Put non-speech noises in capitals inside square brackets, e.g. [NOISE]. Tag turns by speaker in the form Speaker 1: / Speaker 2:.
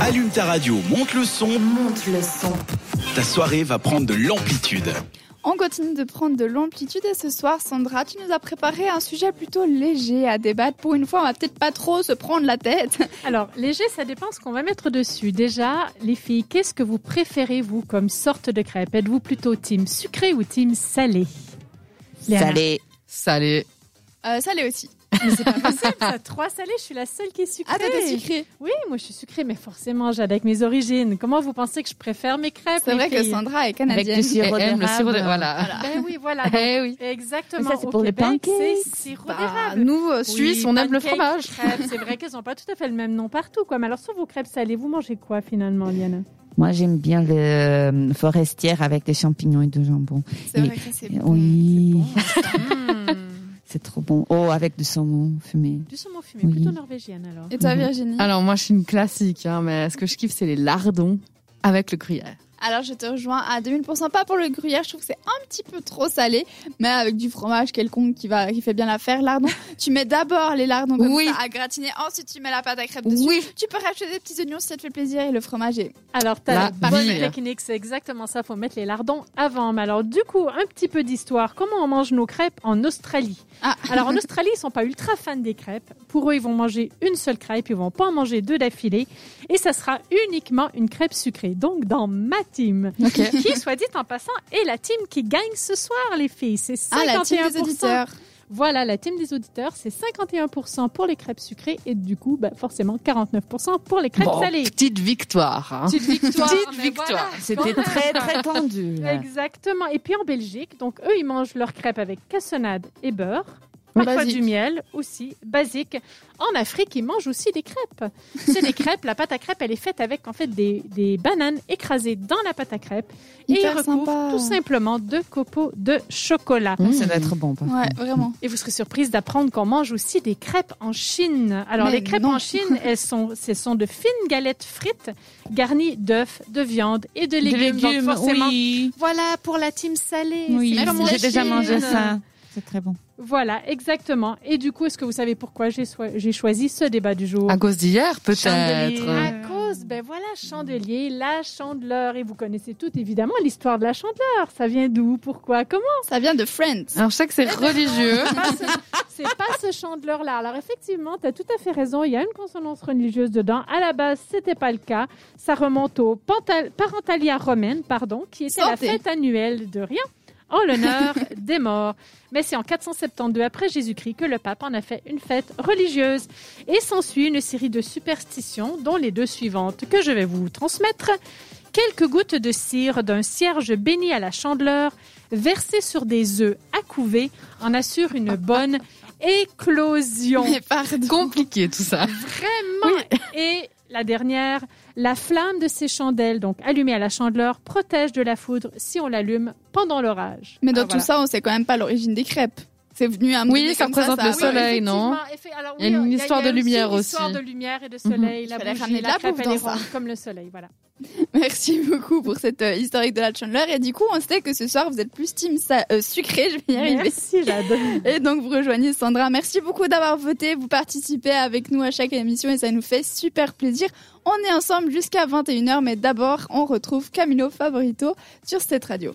Speaker 1: Allume ta radio, monte le son,
Speaker 2: Monte le son.
Speaker 1: ta soirée va prendre de l'amplitude.
Speaker 3: On continue de prendre de l'amplitude et ce soir, Sandra, tu nous as préparé un sujet plutôt léger à débattre. Pour une fois, on va peut-être pas trop se prendre la tête. [LAUGHS]
Speaker 4: Alors, léger, ça dépend ce qu'on va mettre dessus. Déjà, les filles, qu'est-ce que vous préférez, vous, comme sorte de crêpe Êtes-vous plutôt team sucré ou team salé Léana. [LAUGHS]
Speaker 2: Salé.
Speaker 5: Salé.
Speaker 3: Euh, salé aussi.
Speaker 4: Mais c'est pas possible, ça. Trois salés, je suis la seule qui est sucrée.
Speaker 3: Ah, toi, t'es sucré.
Speaker 4: Oui, moi, je suis sucrée, mais forcément, j'ai avec mes origines. Comment vous pensez que je préfère mes crêpes
Speaker 3: C'est
Speaker 4: les
Speaker 3: vrai que
Speaker 4: filles
Speaker 3: Sandra est
Speaker 5: Avec
Speaker 3: canadienne.
Speaker 5: du sirop
Speaker 2: Et aime
Speaker 5: d'érable.
Speaker 2: le sirop d'érable.
Speaker 5: Voilà.
Speaker 4: [LAUGHS] Ben oui, voilà.
Speaker 2: [LAUGHS]
Speaker 5: Eh oui.
Speaker 4: Exactement.
Speaker 2: Ah. Mais ça, c'est
Speaker 4: Au
Speaker 2: pour les
Speaker 4: Québec,
Speaker 2: pancakes.
Speaker 4: C'est sirop
Speaker 5: Bah,
Speaker 4: d'érable.
Speaker 5: nous, euh,
Speaker 4: Oui,
Speaker 5: Suisses, on aime le
Speaker 4: pancakes,
Speaker 5: fromage.
Speaker 4: crêpes, C'est vrai qu'elles n'ont pas tout à fait le même nom partout. Quoi. Mais alors, sur vos crêpes salées, vous mangez quoi finalement, Liane
Speaker 2: Moi, j'aime bien le euh, forestière avec des champignons et du jambon.
Speaker 3: C'est vrai que c'est bon.
Speaker 2: Oui.
Speaker 3: C'est bon.
Speaker 2: C'est trop bon. Oh, avec du saumon fumé.
Speaker 4: Du saumon fumé,
Speaker 2: Oui.
Speaker 4: plutôt norvégienne alors.
Speaker 3: Et toi, Virginie
Speaker 5: Alors moi, je suis une classique, hein, mais ce que je kiffe, c'est les lardons avec le gruyère.
Speaker 3: Alors, je te rejoins à 2000%. Pas pour le gruyère, je trouve que c'est un petit peu trop salé, mais avec du fromage quelconque qui, va, qui fait bien l'affaire, [LAUGHS] lardon. tu mets d'abord les lardons comme
Speaker 5: Oui.
Speaker 3: ça à gratiner, ensuite tu mets la pâte à crêpes dessus. Tu peux rajouter des petits oignons si ça te fait plaisir et le fromage est...
Speaker 4: Alors, t'as
Speaker 5: La
Speaker 4: la bonne
Speaker 5: ville.
Speaker 4: technique, c'est exactement ça. Faut mettre les lardons avant. Mais alors, du coup, un petit peu d'histoire. Comment on mange nos crêpes en Australie
Speaker 3: Ah. [LAUGHS]
Speaker 4: Alors, en Australie, ils sont pas ultra fans des crêpes. Pour eux, ils vont manger une seule crêpe. Ils vont pas en manger deux d'affilée. Et ça sera uniquement une crêpe sucrée. Donc, dans ma team,
Speaker 5: Ok.
Speaker 4: [LAUGHS] qui, soit dit en passant, est la team qui gagne ce soir, les filles. C'est 51%.
Speaker 3: Ah, la team des auditeurs.
Speaker 4: Voilà, la team des auditeurs, c'est 51% pour les crêpes sucrées et du coup, bah, forcément 49% pour les crêpes
Speaker 5: Bon,
Speaker 4: salées.
Speaker 5: petite victoire. hein.
Speaker 4: Ah, [LAUGHS] Petite victoire.
Speaker 5: Petite
Speaker 4: mais
Speaker 5: victoire.
Speaker 4: voilà.
Speaker 2: C'était très, très tendu. là. [LAUGHS]
Speaker 4: Exactement. Et puis en Belgique, donc eux, ils mangent leurs crêpes avec cassonade et beurre. Parfois
Speaker 5: Basique.
Speaker 4: du miel aussi, basique. En Afrique, ils mangent aussi des crêpes. C'est
Speaker 3: [LAUGHS]
Speaker 4: des crêpes, la pâte à crêpes, elle est faite avec en fait des, des bananes écrasées dans la pâte à crêpes. et ils
Speaker 3: Hyper
Speaker 4: recouvrent
Speaker 3: sympa. Mm.
Speaker 4: tout simplement de copeaux de chocolat.
Speaker 5: Mmh.
Speaker 2: Ça doit être bon, par
Speaker 3: Ouais,
Speaker 2: contre.
Speaker 3: vraiment.
Speaker 4: Et vous serez surprise d'apprendre qu'on mange aussi des crêpes en Chine. Alors,
Speaker 3: Mais
Speaker 4: les crêpes
Speaker 3: non.
Speaker 4: en Chine, elles sont, ce sont de fines galettes frites garnies d'œufs, de viande et de
Speaker 5: Des
Speaker 4: légumes. Donc, forcément,
Speaker 5: oui.
Speaker 4: voilà pour la team salée.
Speaker 2: Oui,
Speaker 4: C'est comme en
Speaker 2: j'ai déjà
Speaker 4: Chine.
Speaker 2: mangé ça. C'est très bon.
Speaker 4: Voilà, exactement. Et du coup, est-ce que vous savez pourquoi j'ai soi- j'ai choisi ce débat du jour
Speaker 5: À cause d'hier,
Speaker 2: Chandelier.
Speaker 5: peut-être.
Speaker 4: à cause, ben voilà, chandelier, la chandeleur. Et vous connaissez toutes évidemment l'histoire de la chandeleur. Ça vient d'où Pourquoi Comment
Speaker 3: Ça vient de Friends.
Speaker 5: Alors je sais
Speaker 4: [LAUGHS]
Speaker 5: que c'est religieux.
Speaker 4: C'est pas ce- C'est pas ce chandeleur-là. Alors effectivement, tu as tout à fait raison, il y a une consonance religieuse dedans. À la base, c'était pas le cas. Ça remonte au Pantal- Parentalia romaine, pardon, qui était
Speaker 3: Santé.
Speaker 4: la fête annuelle de rien en l'honneur des morts. Mais c'est en 472 après Jésus-Christ que le pape en a fait une fête religieuse. Et s'ensuit une série de superstitions, dont les deux suivantes que je vais vous transmettre. Quelques gouttes de cire d'un cierge béni à la chandeleur, versées sur des œufs à couver, en assure une bonne éclosion.
Speaker 3: Mais pardon.
Speaker 5: Compliqué tout ça.
Speaker 4: Vraiment. Et la dernière, la flamme de ces chandelles, donc allumée à la chandeleur, protège de la foudre si on l'allume pendant l'orage.
Speaker 3: Mais dans
Speaker 4: Ah,
Speaker 3: tout
Speaker 4: voilà.
Speaker 3: ça, on sait quand même pas l'origine des crêpes. C'est venu à un
Speaker 5: Oui,
Speaker 3: moment
Speaker 5: ça
Speaker 3: comme
Speaker 5: représente le
Speaker 3: a-
Speaker 5: soleil.
Speaker 4: Ah Oui,
Speaker 5: non
Speaker 4: effectivement, effe- alors,
Speaker 5: Il y a une
Speaker 4: oui, euh,
Speaker 5: histoire de lumière
Speaker 4: une histoire
Speaker 5: aussi.
Speaker 4: de lumière et de soleil. La
Speaker 3: Fallait
Speaker 4: bougie,
Speaker 3: ramener de
Speaker 4: la
Speaker 3: la
Speaker 4: crêpe,
Speaker 3: bouffe
Speaker 4: elle est
Speaker 3: dans ça.
Speaker 4: ronde comme le soleil. Voilà.
Speaker 3: [LAUGHS] Merci beaucoup pour cette euh, historique de la Chandler. Et du coup, on sait que ce soir, vous êtes plus team sa- euh, sucré, je vais y arriver.
Speaker 4: Merci, j'adore.
Speaker 3: Et donc, vous rejoignez Sandra. Merci beaucoup d'avoir voté. Vous participez avec nous à chaque émission et ça nous fait super plaisir. On est ensemble jusqu'à 21h, mais d'abord, on retrouve Camilo Favorito sur cette radio.